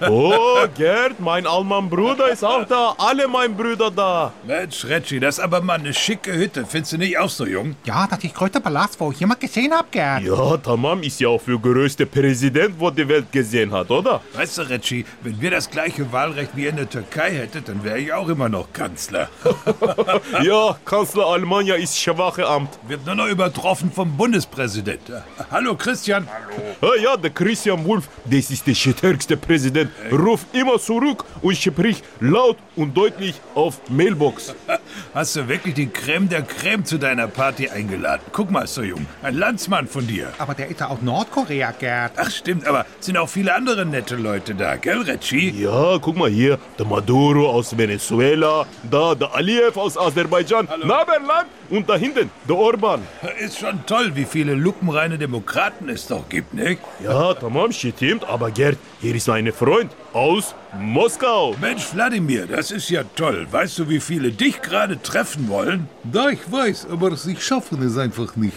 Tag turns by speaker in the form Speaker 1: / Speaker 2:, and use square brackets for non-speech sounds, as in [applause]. Speaker 1: Oh, Gerd, mein Alman Bruder ist auch da. Alle mein Brüder da.
Speaker 2: Mensch, Reggie, das ist aber mal eine schicke Hütte. Findest du nicht auch so jung?
Speaker 3: Ja, das ist größte Palast, wo ich jemand gesehen hab, Gerd.
Speaker 1: Ja, Tamam ist ja auch für größte Präsident, wo die Welt gesehen hat, oder?
Speaker 2: Weißt du, Reggie, wenn wir das gleiche Wahlrecht wie in der Türkei hätten, dann wäre ich auch immer noch Kanzler. [laughs]
Speaker 1: Ja, Kanzler Almanja ist schwache Amt.
Speaker 2: Wird nur noch übertroffen vom Bundespräsident. Hallo, Christian. Hallo.
Speaker 1: Ah Ja, der Christian Wolf, das ist der stärkste Präsident. Ruft immer zurück und spricht laut und deutlich auf Mailbox.
Speaker 2: Hast du wirklich die Creme der Creme zu deiner Party eingeladen? Guck mal, so jung. Ein Landsmann von dir.
Speaker 3: Aber der ist ja aus Nordkorea, Gerd.
Speaker 2: Ach, stimmt, aber sind auch viele andere nette Leute da, gell, Reggie?
Speaker 1: Ja, guck mal hier, der Maduro aus Venezuela, da der Aliyev aus Aserbaidschan, Naberland und da hinten der Orban.
Speaker 2: Ist schon toll, wie viele lupenreine Demokraten es doch gibt, nicht?
Speaker 1: Ja, tamam, stimmt, aber Gerd, hier ist mein Freund aus Moskau.
Speaker 2: Mensch, Wladimir, das ist ja toll. Weißt du, wie viele dich gerade treffen wollen?
Speaker 4: Da, ich weiß, aber sie schaffen es einfach nicht.